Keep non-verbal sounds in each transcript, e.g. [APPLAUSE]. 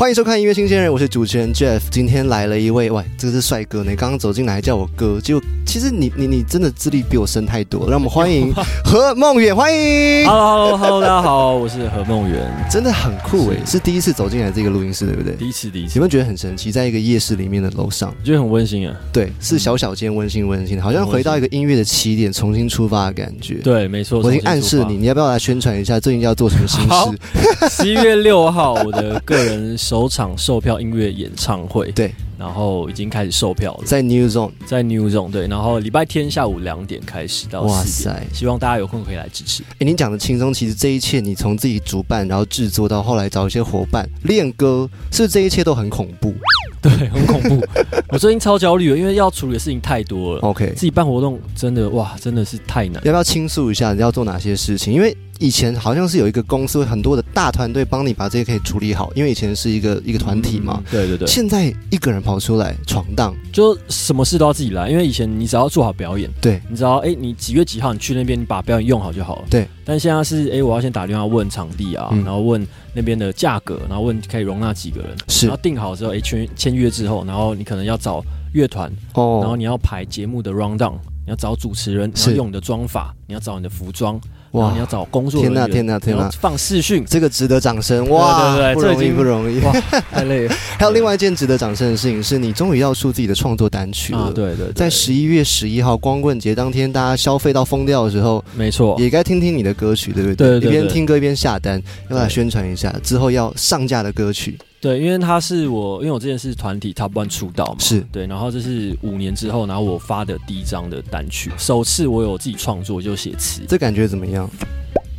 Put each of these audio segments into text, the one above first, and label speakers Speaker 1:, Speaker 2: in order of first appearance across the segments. Speaker 1: 欢迎收看音乐新鲜人，我是主持人 Jeff。今天来了一位，喂，这个是帅哥呢，刚刚走进来还叫我哥，结果其实你你你真的资历比我深太多了。让我们欢
Speaker 2: [LAUGHS]
Speaker 1: 迎何梦远，欢迎，
Speaker 2: Hello Hello Hello，大家好，我是何梦圆。
Speaker 1: 真的很酷诶，
Speaker 2: 是
Speaker 1: 是第一次走进来这个录音室，对不对？
Speaker 2: 第一次第一
Speaker 1: 有
Speaker 2: 次，
Speaker 1: 没有觉得很神奇？在一个夜市里面的楼上，
Speaker 2: 我觉得很温馨啊。
Speaker 1: 对，是小小间温馨温馨的，好像回到一个音乐的起点，重新出发的感觉。，
Speaker 2: 对，没错。
Speaker 1: 我已经
Speaker 2: 重新出发
Speaker 1: 暗示你，，你要不要来宣传一下最近要做什么新
Speaker 2: 好
Speaker 1: 事？
Speaker 2: 十一月六号我的个人首场售票音乐演唱会，
Speaker 1: 对，
Speaker 2: 然后已经开始售票了，
Speaker 1: 在 New Zone，
Speaker 2: 在 New Zone 对，然后礼拜天下午两点开始到
Speaker 1: 哇
Speaker 2: 四
Speaker 1: 塞
Speaker 2: 点，！希望大家有空可以来
Speaker 1: [LAUGHS]
Speaker 2: 支持。
Speaker 1: 哎、你讲的轻松，其实这一切你从自己主办，然后制作到后来找一些伙伴练歌，是不是这一切都很恐怖。
Speaker 2: 对，很恐怖， [LAUGHS] 我最近超焦虑的，因为要处理的事情太多了，
Speaker 1: OK，
Speaker 2: 自己办活动真的哇，真的是太难。
Speaker 1: 要不要倾诉一下你要做哪些事情？因为以前好像是有一个公司，有很多的大团队帮你把这些可以处理好，因为以前是一个一个团体嘛。
Speaker 2: 嗯，对对对，
Speaker 1: 现在一个人跑出来闯荡，
Speaker 2: 就什么事都要自己来，因为以前你只要做好表演，
Speaker 1: 对，
Speaker 2: 你知道，哎、你几月几号你去那边，你把表演用好就好了。
Speaker 1: 对，
Speaker 2: 但现在是，哎、我要先打电话问场地啊，
Speaker 1: 嗯
Speaker 2: 然后问那边的价格，然后问可以容纳几个人，
Speaker 1: 是
Speaker 2: 然后定好之后，哎、签签约之后，然后你可能要找乐团，然后
Speaker 1: 哦，
Speaker 2: 你要排节目的 round down，你要找主持人，你要
Speaker 1: 是
Speaker 2: 用你的妆法，你要找你的服装，然后你要找工作
Speaker 1: 天
Speaker 2: 人员，
Speaker 1: 哪天哪天
Speaker 2: 你
Speaker 1: 哪，
Speaker 2: 要，放视
Speaker 1: [LAUGHS]
Speaker 2: 讯
Speaker 1: 这个值得掌声哇！
Speaker 2: 对对对
Speaker 1: 不
Speaker 2: 这已
Speaker 1: 容易
Speaker 2: 经
Speaker 1: 不容易。
Speaker 2: 哇，太累了
Speaker 1: 还有另外一件值得掌声的事情是，你终于要出自己的创作单曲了。
Speaker 2: [LAUGHS] 啊！对对对，
Speaker 1: 在十一月十一号光棍节当天，大家消费到疯掉的时候，
Speaker 2: 没错，
Speaker 1: 也该听听你的歌曲，对不
Speaker 2: 对对对
Speaker 1: 一边
Speaker 2: 对
Speaker 1: 听歌一边下单，要来
Speaker 2: 对
Speaker 1: 宣传一下之后要上架的歌曲。
Speaker 2: 对，因为他是我，因为我之前是团体 Top One 出道嘛，
Speaker 1: 是
Speaker 2: 对，然后这是五年之后，然后我发的第一张的单曲，首次我有自己创作，就写词，
Speaker 1: 这感觉怎么样？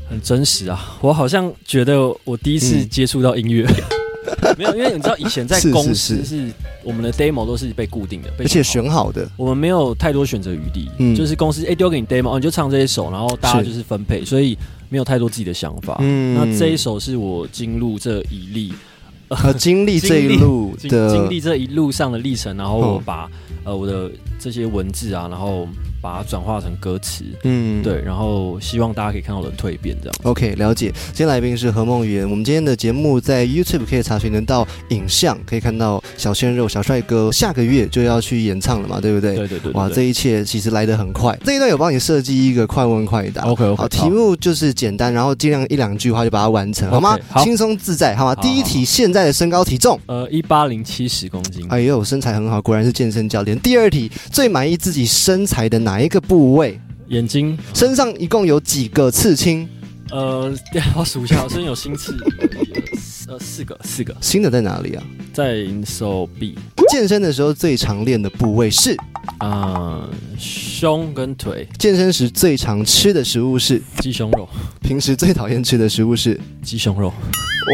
Speaker 2: 很真实啊！我好像觉得我第一次
Speaker 1: 嗯
Speaker 2: 接触到音乐， [LAUGHS] 没有，因为你知道以前在
Speaker 1: 是是
Speaker 2: 公司
Speaker 1: 是
Speaker 2: 是我们的 demo 都是被固定的，被
Speaker 1: 而且
Speaker 2: 选好的。
Speaker 1: 选好的，
Speaker 2: 我们没有太多选择余地，
Speaker 1: 嗯
Speaker 2: 就是公司哎丢、给你 demo，、哦、你就唱这一首，然后大家
Speaker 1: 是
Speaker 2: 就是分配，所以没有太多自己的想法。
Speaker 1: 嗯
Speaker 2: 那这一首是我进入这一例
Speaker 1: 和经历这一路
Speaker 2: [LAUGHS] 经经
Speaker 1: 的
Speaker 2: 历这一路上的历程，然后
Speaker 1: 嗯
Speaker 2: 我把、呃我的这些文字啊，然后把它转化成歌词，
Speaker 1: 嗯
Speaker 2: 对，然后希望大家可以看到我的蜕变，这样。
Speaker 1: OK，了解。今天来宾是何梦圆，我们今天的节目在 YouTube 可以查询得到影像，可以看到小鲜肉、小帅哥下个月就要去演唱了嘛，对不对？
Speaker 2: 对对对对
Speaker 1: 哇，这一切其实来得很快。这一段有帮你设计一个快问快答。
Speaker 2: OK OK，
Speaker 1: 好，题目就是简单，然后尽量一两句话就把它完成，好吗
Speaker 2: OK，？好
Speaker 1: 轻松自在，好吗？
Speaker 2: 好嗯
Speaker 1: 第一题，现在的身高体重。
Speaker 2: 呃一八零七十公斤，
Speaker 1: 哎呦，身材很好，果然是健身教练。第二题，最满意自己身材的哪一个部位？
Speaker 2: 眼睛
Speaker 1: 身上一共有几个刺青？
Speaker 2: 呃 [LAUGHS] 我数一下，我身上有心刺，呃四个四个
Speaker 1: 新的在哪里啊？
Speaker 2: 在手臂
Speaker 1: 健身的时候最常练的部位是？
Speaker 2: 啊、胸跟腿
Speaker 1: 健身时最常吃的食物是？
Speaker 2: 鸡胸肉
Speaker 1: 平时最讨厌吃的食物是？
Speaker 2: 鸡胸肉，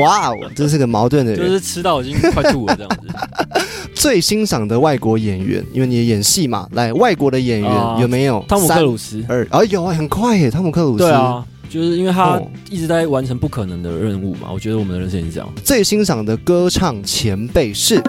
Speaker 1: 哇哦，真是个矛盾的
Speaker 2: 就
Speaker 1: 人。
Speaker 2: 是吃到已经快吐了这样子。
Speaker 1: 最欣赏的外国演员，因为你演戏嘛，来外国的演员、
Speaker 2: 啊
Speaker 1: 有没有？
Speaker 2: 汤姆克
Speaker 1: 三
Speaker 2: 鲁斯，
Speaker 1: 二，哎有啊，很快耶，汤姆克鲁斯。
Speaker 2: 对，啊，就是因为他
Speaker 1: 哦
Speaker 2: 一直在完成不可能的任务嘛。我觉得我们的人生也是这样。
Speaker 1: 最欣赏的歌唱前辈是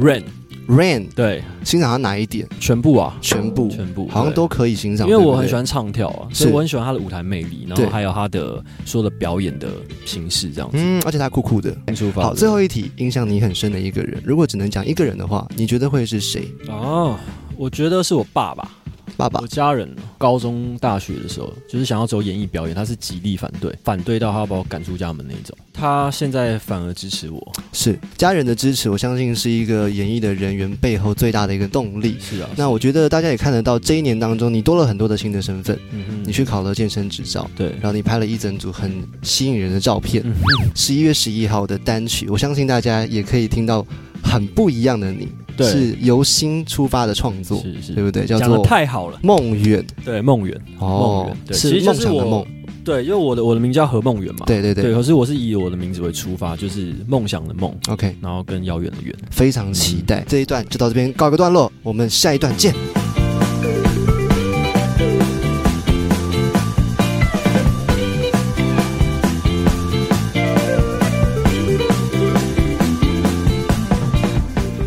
Speaker 2: Rain，
Speaker 1: Rain，
Speaker 2: 对，
Speaker 1: 欣赏他哪一点？
Speaker 2: 全部啊，
Speaker 1: 全部，
Speaker 2: 全部，
Speaker 1: 好像都可以欣
Speaker 2: 对。
Speaker 1: 赏。
Speaker 2: 因为
Speaker 1: 对不
Speaker 2: 我很
Speaker 1: 对
Speaker 2: 喜，欢唱跳啊，
Speaker 1: 是
Speaker 2: 所以我很喜欢他的舞台魅力，然后
Speaker 1: 对
Speaker 2: 还有他的说的表演的形式这样子。
Speaker 1: 嗯，而且他酷酷的。
Speaker 2: 出发
Speaker 1: 好，最后一题，印象你很深的一个人，如果只能讲一个人的话，你觉得会是谁？
Speaker 2: 哦，我觉得是我爸爸，
Speaker 1: 爸爸
Speaker 2: 我。家人，高中、大学的时候，就是想要走演艺表演，他是极力反对，反对到他要把我赶出家门那一种。他现在反而支持我，
Speaker 1: 是家人的支持，我相信是一个演艺的人员背后最大的一个动力。
Speaker 2: 是啊，
Speaker 1: 那我觉得大家也看得到，这一年当中，你多了很多的新的身份，
Speaker 2: 嗯哼
Speaker 1: 你去考了健身执照。
Speaker 2: 对，
Speaker 1: 然后你拍了一整组很吸引人的照片，
Speaker 2: 嗯
Speaker 1: 十一月十一号的单曲，我相信大家也可以听到很不一样的你，
Speaker 2: 对
Speaker 1: 是由心出发的创作，
Speaker 2: 是是
Speaker 1: 对不对？叫
Speaker 2: 讲的
Speaker 1: 做
Speaker 2: 太好了，
Speaker 1: 梦远
Speaker 2: 对，梦圆。梦
Speaker 1: 哦
Speaker 2: 远，对其
Speaker 1: 是
Speaker 2: 实就
Speaker 1: 梦
Speaker 2: 是
Speaker 1: 想的
Speaker 2: 我
Speaker 1: 梦，
Speaker 2: 对，因为我的我的名叫何梦圆嘛，
Speaker 1: 对对对
Speaker 2: 可是我是以我的名字为出发，就是梦想的梦，
Speaker 1: ，OK，
Speaker 2: 然后跟遥远的远。
Speaker 1: 非常期待这一段就到这边告一个段落，我们下一段见。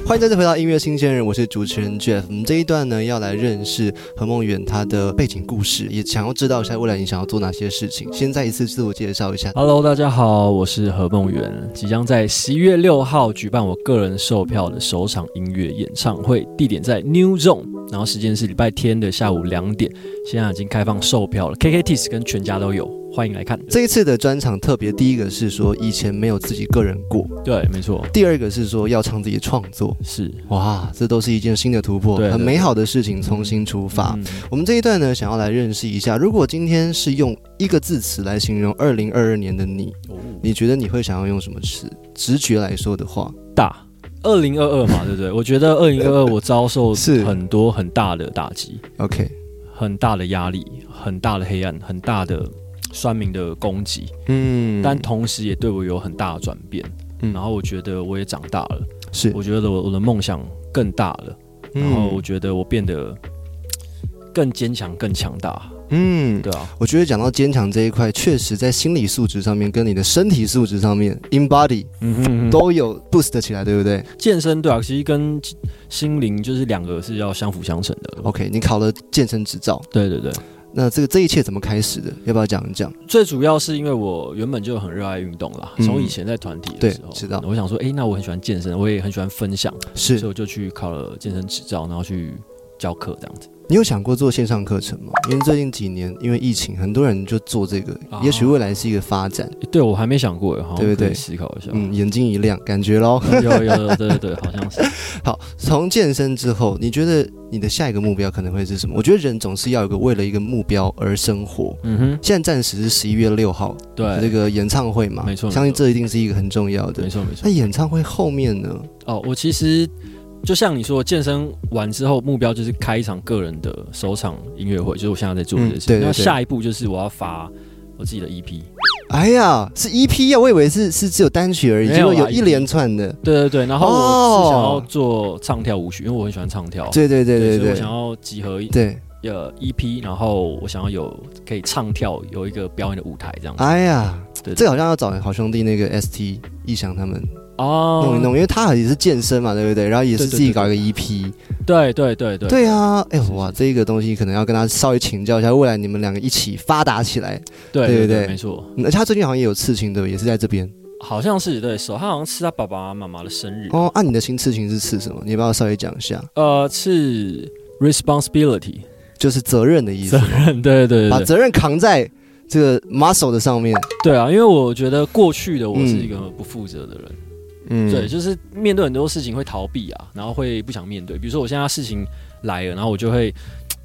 Speaker 1: 欢迎再次回到音乐新鲜人，我是主持人 Jeff。我们这一段呢，要来认识何梦远他的背景故事，也想要知道一下未来你想要做哪些事情。先再一次自我介绍一下。
Speaker 2: Hello，大家好，我是何梦圆，即将在十一月六号举办我个人售票的首场音乐演唱会，地点在 New Zone，然后时间是礼拜天的下午两点，现在已经开放售票了，KKTIS 跟全家都有，欢迎来看。
Speaker 1: 这一次的专场特别，第一个是说以前没有自己个人过，
Speaker 2: 对，没错，
Speaker 1: 第二个是说要唱自己的创作。
Speaker 2: 是
Speaker 1: 哇，这都是一件新的突破，
Speaker 2: 对对
Speaker 1: 很
Speaker 2: 对
Speaker 1: 美好的事情，重新出发。
Speaker 2: 嗯
Speaker 1: 我们这一段呢，想要来认识一下，如果今天是用一个字词来形容二零二二年的你，
Speaker 2: 哦
Speaker 1: 你觉得你会想要用什么词？直觉来说的话，
Speaker 2: 大。二零二二嘛，对不对？我觉得二零二二我遭受
Speaker 1: [LAUGHS] 是
Speaker 2: 很多很大的打击，
Speaker 1: OK，
Speaker 2: 很大的压力，很大的黑暗，很大的酸民的攻击，
Speaker 1: 嗯
Speaker 2: 但同时也对我有很大的转变。
Speaker 1: 嗯
Speaker 2: 然后我觉得我也长大了，
Speaker 1: 是，嗯
Speaker 2: 我觉得我我的梦想更大了，然后我觉得我变得更坚强、更强大，
Speaker 1: 嗯，
Speaker 2: 对啊，
Speaker 1: 我觉得讲到坚强这一块，确实在心理素质上面跟你的身体素质上面，in body
Speaker 2: 嗯哼哼
Speaker 1: 都有 boost 起来，对不对
Speaker 2: 健身对啊，其实跟心灵就是两个是要相辅相成的。
Speaker 1: ？OK，你考了健身执照，
Speaker 2: 对对对，
Speaker 1: 那这个这一切怎么开始的？要不要讲一讲？
Speaker 2: 最主要是因为我原本就很热爱运动啦，
Speaker 1: 嗯
Speaker 2: 从以前在团体的
Speaker 1: 对
Speaker 2: 时候，
Speaker 1: 知道
Speaker 2: 我想说，诶，那我很喜欢健身，我也很喜欢分享，所以
Speaker 1: 是
Speaker 2: 我就去考了健身执照，然后去教课这样子。
Speaker 1: 你有想过做线上课程吗？因为最近几年因为疫情，很多人就做这个，
Speaker 2: 啊
Speaker 1: 也许未来是一个发展。
Speaker 2: 诶对，我还没想过耶，好像
Speaker 1: 对对对
Speaker 2: 可以思考一下。
Speaker 1: 嗯，眼睛一亮，感觉喽。
Speaker 2: 有有有，对对对，好像是。
Speaker 1: [LAUGHS] 好，从健身之后，你觉得你的下一个目标可能会是什么？我觉得人总是要有个为了一个目标而生活。
Speaker 2: 嗯哼，
Speaker 1: 现在暂时是十一月六号，
Speaker 2: 对，
Speaker 1: 这个演唱会嘛，
Speaker 2: 没错
Speaker 1: 相
Speaker 2: 没
Speaker 1: 信
Speaker 2: 错
Speaker 1: 这一定是一个很重要的
Speaker 2: 没。错没错
Speaker 1: 那。演唱会后面呢？
Speaker 2: 哦，我其实就像你说，健身完之后，目标就是开一场个人的首场音乐会，就是我现在在做的
Speaker 1: 嗯
Speaker 2: 事
Speaker 1: 对
Speaker 2: 情。
Speaker 1: 对对
Speaker 2: 那、下一步就是我要发我自己的 E EP。
Speaker 1: 哎呀，是 EP 啊，我以为是是只有单曲而已，
Speaker 2: 没
Speaker 1: 结
Speaker 2: 有
Speaker 1: 果
Speaker 2: 啦哦
Speaker 1: 有一连串的。
Speaker 2: 对对对，然后我是想要
Speaker 1: 哦
Speaker 2: 做唱跳舞曲，因为我很喜欢唱跳。
Speaker 1: 对对对对
Speaker 2: 所以我
Speaker 1: 对
Speaker 2: 想要集合一
Speaker 1: 对。
Speaker 2: 呃 EP，然后我想要有可以唱跳有一个表演的舞台这样子。
Speaker 1: 哎呀，
Speaker 2: 对
Speaker 1: 这好像要找好兄弟那个 ST 逸翔他们
Speaker 2: 哦
Speaker 1: 啊弄一弄，因为他也是健身嘛，对不对？然后也是
Speaker 2: 对对
Speaker 1: 自己
Speaker 2: 对
Speaker 1: 搞一个 EP。
Speaker 2: 对对对对
Speaker 1: 对啊，哎呦哇，这个东西可能要跟他稍微请教一下，未来你们两个一起发达起来。
Speaker 2: 对
Speaker 1: 对对
Speaker 2: 对
Speaker 1: 对
Speaker 2: 对，没错，
Speaker 1: 嗯而且他最近好像也有刺青的，也是在这边。
Speaker 2: 好像是对手，他好像是他爸爸妈妈的生日
Speaker 1: 哦，按、你的新刺青是刺什么？你要不要稍微讲一下？
Speaker 2: 呃，是 responsibility， [LAUGHS]
Speaker 1: 就是责任的意思
Speaker 2: 责，任，对对对
Speaker 1: 把
Speaker 2: 对
Speaker 1: 责任扛在这个 muscle 的上面。
Speaker 2: 对啊，因为我觉得过去的我
Speaker 1: 嗯
Speaker 2: 是一个不负责的人，
Speaker 1: 嗯
Speaker 2: 对，就是面对很多事情会逃避啊，然后会不想面对，比如说我现在事情来了，然后我就会。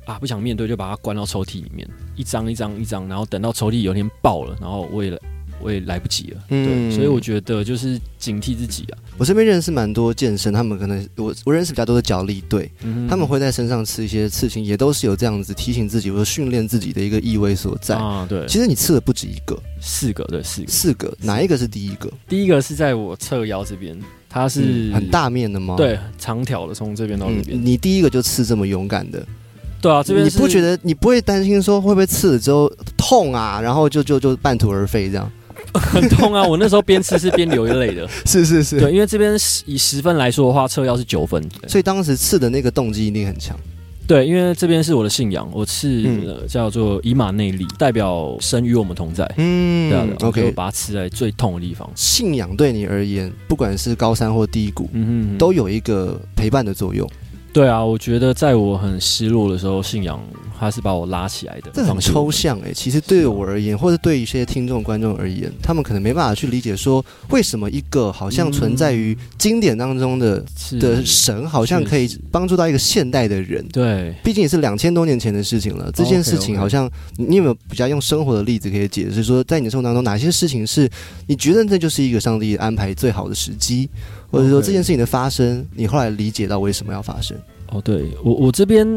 Speaker 2: 啊，不想面对就把它关到抽屉里面，一张一张一张，然后等到抽屉有一天爆了，然后我也我也来不及了，对，
Speaker 1: 嗯
Speaker 2: 所以我觉得就是警惕自己啊，
Speaker 1: 我身边认识蛮多健身，他们可能我我认识比较多的脚力队，
Speaker 2: 嗯
Speaker 1: 他们会在身上刺一些刺青，也都是有这样子提醒自己或者训练自己的一个意味所在。
Speaker 2: 啊，对，嗯
Speaker 1: 其实你刺的不止一个，
Speaker 2: 四个对四个，
Speaker 1: 四个，哪一个是第一个？
Speaker 2: 第一个是在我侧腰这边，它是、
Speaker 1: 嗯很，大面的吗？。
Speaker 2: 对，长条的，从这边到
Speaker 1: 嗯
Speaker 2: 这，边，
Speaker 1: 你第一个就刺这么勇敢的，
Speaker 2: 对啊，这边
Speaker 1: 你
Speaker 2: 是
Speaker 1: 不觉得你不会担心说会不会刺了之后痛啊，然后就就就半途而废这样？
Speaker 2: 很痛啊？我那时候边吃是边流眼泪的，
Speaker 1: [LAUGHS] 是是是，
Speaker 2: 对，因为这边是以十分来说的话，侧腰是九分，
Speaker 1: 所以当时刺的那个动机一定很强。
Speaker 2: 对，因为这边是我的信仰，我是、
Speaker 1: 嗯
Speaker 2: 呃叫做以马内利，代表神与我们同在，
Speaker 1: 嗯
Speaker 2: 对啊，对啊我就
Speaker 1: ，OK，
Speaker 2: 把它吃在最痛的地方，
Speaker 1: 信仰对你而言，不管是高山或低谷，
Speaker 2: 嗯哼哼
Speaker 1: 都有一个陪伴的作用，
Speaker 2: 对啊，我觉得在我很失落的时候，信仰它是把我拉起来的，
Speaker 1: 这很
Speaker 2: 放弃啊我
Speaker 1: 抽象哎、其实对我而言，或者对一些听众观众而言，他们可能没办法去理解说，为什么一个好像
Speaker 2: 嗯
Speaker 1: 存在于经典当中的、
Speaker 2: 是
Speaker 1: 的神，好像可以
Speaker 2: 确实
Speaker 1: 帮助到一个现代的人。
Speaker 2: 对。
Speaker 1: 毕竟也是两千多年前的事情了，这件事情
Speaker 2: 哦 OK，OK
Speaker 1: 好像你你有没有比较用生活的例子可以解释说，在你的生活当中哪些事情是你觉得这就是一个上帝安排最好的时机，或者说
Speaker 2: 哦 OK
Speaker 1: 这件事情的发生，你后来理解到为什么要发生？
Speaker 2: 哦，对我我这边，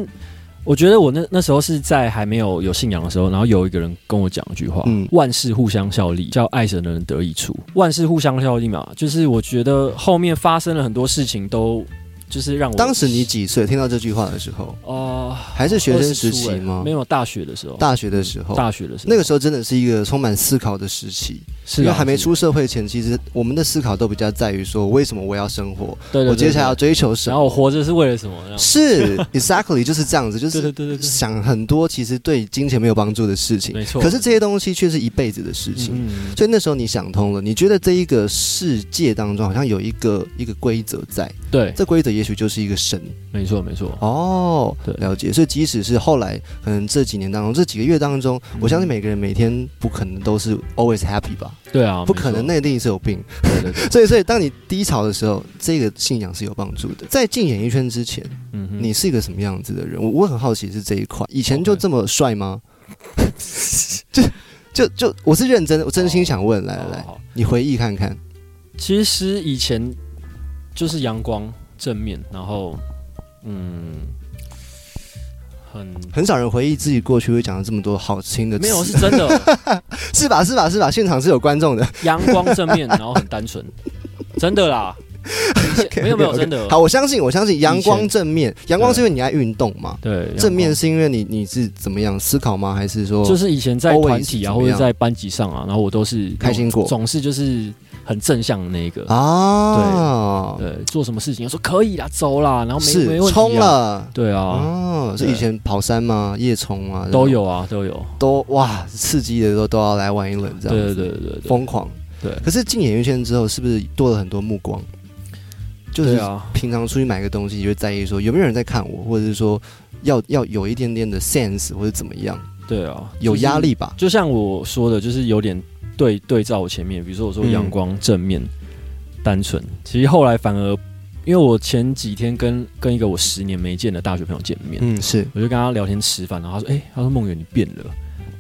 Speaker 2: 我觉得我那那时候是在还没有有信仰的时候，然后有一个人跟我讲一句话，
Speaker 1: 嗯
Speaker 2: 万事互相效力，叫爱神的人得益处，万事互相效力嘛，就是我觉得后面发生了很多事情都。就是让我
Speaker 1: 当时你几岁？听到这句话的时候，
Speaker 2: 哦，
Speaker 1: 还是学生时
Speaker 2: 20出
Speaker 1: 期
Speaker 2: 欸
Speaker 1: 吗
Speaker 2: 没？有，大学的时候，
Speaker 1: 大学的时候，
Speaker 2: 哦嗯大学的时候，
Speaker 1: 那个时候真的是一个充满思考的时期，
Speaker 2: 是
Speaker 1: 因为
Speaker 2: 啊
Speaker 1: 还没
Speaker 2: 是
Speaker 1: 出社会前，其实我们的思考都比较在于说，为什么我要生活，
Speaker 2: 啊对对
Speaker 1: 我接下来要
Speaker 2: 要，
Speaker 1: 追求什
Speaker 2: 然后
Speaker 1: 么。
Speaker 2: 我活着是为了什么？这样
Speaker 1: 是，exactly 就是这样子，就
Speaker 2: 对对
Speaker 1: 是
Speaker 2: 对对对，
Speaker 1: 想很多其实对金钱没有帮助的事情，
Speaker 2: 没错。
Speaker 1: 可是这些东西却是一辈子的事情。
Speaker 2: 嗯，嗯
Speaker 1: 所以那时候你想通了，你觉得这一个世界当中好像有一个一个规则在，
Speaker 2: 对，
Speaker 1: 这规则也许就是一个神
Speaker 2: 没错没错，
Speaker 1: 哦
Speaker 2: 对，
Speaker 1: 了解。所以即使是后来，可能这几年当中，这几个月当中，
Speaker 2: 嗯
Speaker 1: 我相信每个人每天不可能都是 always happy 吧，
Speaker 2: 对啊，
Speaker 1: 不可能，
Speaker 2: 没
Speaker 1: 那一定是有病。
Speaker 2: 错对对
Speaker 1: [LAUGHS]
Speaker 2: 对，
Speaker 1: 所以，所以当你低潮的时候，这个信仰是有帮助的。在进演艺圈之前，
Speaker 2: 嗯哦哼，
Speaker 1: 你是一个什么样子的人？我我很好奇是这一块，以前就
Speaker 2: OK
Speaker 1: 这么帅
Speaker 2: [LAUGHS]
Speaker 1: 吗？就就就我是认真的，我真
Speaker 2: 哦
Speaker 1: 心想问，来
Speaker 2: 好
Speaker 1: 来来
Speaker 2: 好，好
Speaker 1: 你回忆看看。
Speaker 2: 其实以前就是阳光正面，然后嗯，很
Speaker 1: 很少人回忆自己过去会讲了这么多好听的词，
Speaker 2: 没有是真的
Speaker 1: [LAUGHS] 是吧？是吧？是吧？现场是有观众的，
Speaker 2: 阳光正面，然后很单纯，真的啦，以
Speaker 1: [LAUGHS]
Speaker 2: 前
Speaker 1: OK，
Speaker 2: 没有没有
Speaker 1: OK，
Speaker 2: 真的
Speaker 1: 好，我相信，我相信阳
Speaker 2: 以前
Speaker 1: 光正面，阳光是因为你爱运动嘛？
Speaker 2: 对
Speaker 1: 正面
Speaker 2: 阳
Speaker 1: 是因为你你是怎么样思考吗？还是说
Speaker 2: 光就是以前在
Speaker 1: 哦 always
Speaker 2: 团体
Speaker 1: 怎
Speaker 2: 啊
Speaker 1: 么
Speaker 2: 或
Speaker 1: 样
Speaker 2: 者在班级上啊，然后我都是
Speaker 1: 开心果
Speaker 2: 总是就是很正向的那一个。
Speaker 1: 啊？
Speaker 2: 对，做什么事情，我说可以啦，走啦，然后哦没没
Speaker 1: 是
Speaker 2: 问题、啊，
Speaker 1: 冲，了
Speaker 2: 对啊，
Speaker 1: 哦，是
Speaker 2: 对
Speaker 1: 以前跑山吗？夜冲啊，这种
Speaker 2: 都有啊，都有，
Speaker 1: 都哇，刺激的都都要来玩一轮这样
Speaker 2: 对对
Speaker 1: 子，
Speaker 2: 对对对，
Speaker 1: 疯狂。
Speaker 2: 对
Speaker 1: 可是进演艺圈之后，是不是多了很多目光？就
Speaker 2: 对
Speaker 1: 是
Speaker 2: 啊，
Speaker 1: 平常出去买个东西，你就会在意说有没有人在看我，或者是说要要有一点点的 sense 或者怎么样，
Speaker 2: 对啊，
Speaker 1: 有
Speaker 2: 就是
Speaker 1: 压力吧？
Speaker 2: 就像我说的，就是有点对对照我前面，比如说我说
Speaker 1: 嗯
Speaker 2: 阳光正面、单纯，其实后来反而，因为我前几天跟跟一个我十年没见的大学朋友见面，
Speaker 1: 嗯，是
Speaker 2: 我就跟他聊天吃饭，然后他说：“哎、他说梦圆你变了。”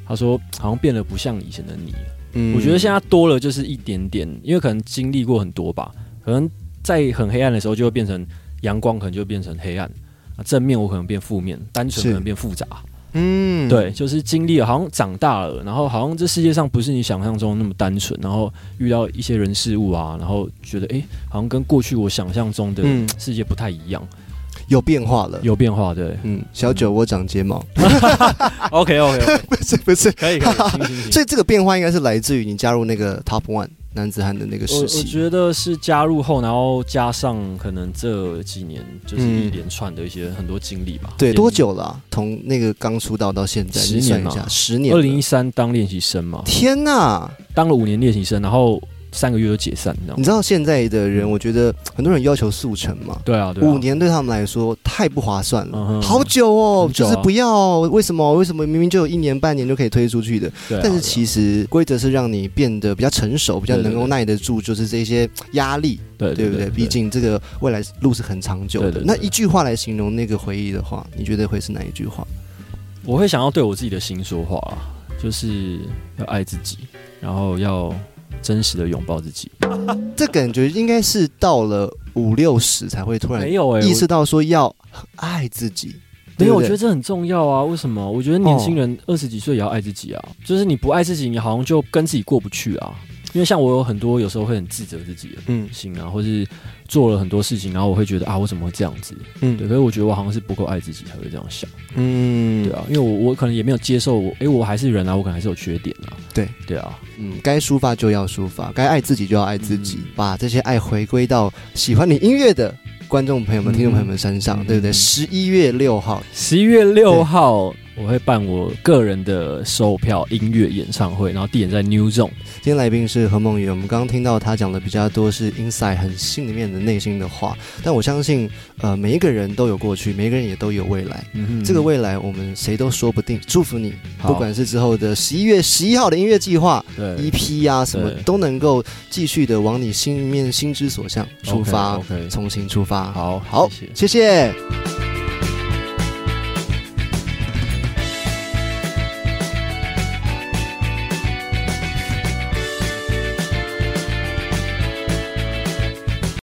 Speaker 2: 他说：“好像变得不像以前的你了。
Speaker 1: 嗯
Speaker 2: 我觉得现在多了就是一点点，因为可能经历过很多吧，可能在很黑暗的时候就会变成阳光，可能就变成黑暗；啊正面我可能变负面，单纯
Speaker 1: 是
Speaker 2: 可能变复杂。
Speaker 1: 嗯
Speaker 2: 对，就是经历了，好像长大了，然后好像这世界上不是你想象中那么单纯，然后遇到一些人事物啊，然后觉得哎、诶好像跟过去我想象中的
Speaker 1: 嗯
Speaker 2: 世界不太一样，
Speaker 1: 有变化了。
Speaker 2: 有嗯变
Speaker 1: [LAUGHS]
Speaker 2: 化，对。
Speaker 1: 嗯，小九我长睫毛，啊
Speaker 2: OK OK，
Speaker 1: 不是不是，
Speaker 2: 可以可以，行行行。
Speaker 1: 所以这个变化应该是来自于你加入那个 Top One 男子汉的那个
Speaker 2: 我
Speaker 1: 时
Speaker 2: 我
Speaker 1: 期。
Speaker 2: 觉得是加入后，然后加上可能这几年就是
Speaker 1: 嗯
Speaker 2: 一连串的一些很多经历吧。
Speaker 1: 对，多？久了啊、从那个刚出道到现在，
Speaker 2: 十
Speaker 1: 你算
Speaker 2: 年
Speaker 1: 一
Speaker 2: 了
Speaker 1: 下，十年了。
Speaker 2: 二零一嗯三当练习生嘛，
Speaker 1: 天呐！
Speaker 2: 当了五年练习生，然后三个月就解散，你知道
Speaker 1: 你
Speaker 2: 吗？
Speaker 1: 知道现在的人，我觉得很多人要求速成嘛，
Speaker 2: 对嗯啊，对啊。
Speaker 1: 五年对他们来说太不划算了，
Speaker 2: 嗯哼
Speaker 1: 好久哦，
Speaker 2: 很久啊
Speaker 1: 就是不要、哦，为什么？为什么明明就有一年半年就可以推出去的？
Speaker 2: 对啊，
Speaker 1: 但是
Speaker 2: 对啊
Speaker 1: 其实规则是让你变得比较成熟，比较能够耐得住，就是这些压力，
Speaker 2: 对
Speaker 1: 对不对？毕竟这个未来路是很长久
Speaker 2: 对
Speaker 1: 的
Speaker 2: 对。对
Speaker 1: 那一句话来形容那个回忆的话，你觉得会是哪一句话？
Speaker 2: 我会想要对我自己的心说话啊，就是要爱自己，然后要真实的拥抱自己。
Speaker 1: 这感觉应该是到了五六十才会突然
Speaker 2: 没有哎、
Speaker 1: 意识到说要爱自己。
Speaker 2: 没有，
Speaker 1: 对不哦
Speaker 2: 我
Speaker 1: 对
Speaker 2: 觉得这很重要啊。为什么？我觉得年轻人二十几岁也要爱自己啊。就是你不爱自己，你好像就跟自己过不去啊。因为像我有很多有时候会很自责自己的
Speaker 1: 嗯
Speaker 2: 心啊，或是做了很多事情，然后我会觉得啊，我怎么会这样子？对，
Speaker 1: 嗯
Speaker 2: 可是我觉得我好像是不够爱自己才会这样想，
Speaker 1: 嗯
Speaker 2: 对啊，因为我我可能也没有接受我，诶，我还是人啊，我可能还是有缺点啊。
Speaker 1: 对
Speaker 2: 对啊，
Speaker 1: 嗯，该抒发就要抒发，该爱自己就要爱自己，
Speaker 2: 嗯
Speaker 1: 把这些爱回归到喜欢你音乐的观众朋友们、
Speaker 2: 嗯
Speaker 1: 听众朋友们身上，
Speaker 2: 嗯
Speaker 1: 对不对？
Speaker 2: 嗯
Speaker 1: 十一月六号，
Speaker 2: 十一月六号我会办我个人的售票音乐演唱会，然后地点在 New Zone。
Speaker 1: 今天来宾是何梦雨，我们刚刚听到他讲的比较多是 inside 很心里面的内心的话，但我相信，呃，每一个人都有过去，每一个人也都有未来。
Speaker 2: 嗯哼
Speaker 1: 这个未来我们谁都说不定，祝福你，
Speaker 2: 好
Speaker 1: 不管是之后的十一月十一号的音乐计划，
Speaker 2: 对
Speaker 1: EP 啊，什么
Speaker 2: 对
Speaker 1: 都能够继续的往你心里面心之所向出发，
Speaker 2: ，OK，
Speaker 1: 重新出发。，
Speaker 2: 好
Speaker 1: 好
Speaker 2: 谢
Speaker 1: 谢
Speaker 2: 谢
Speaker 1: 谢。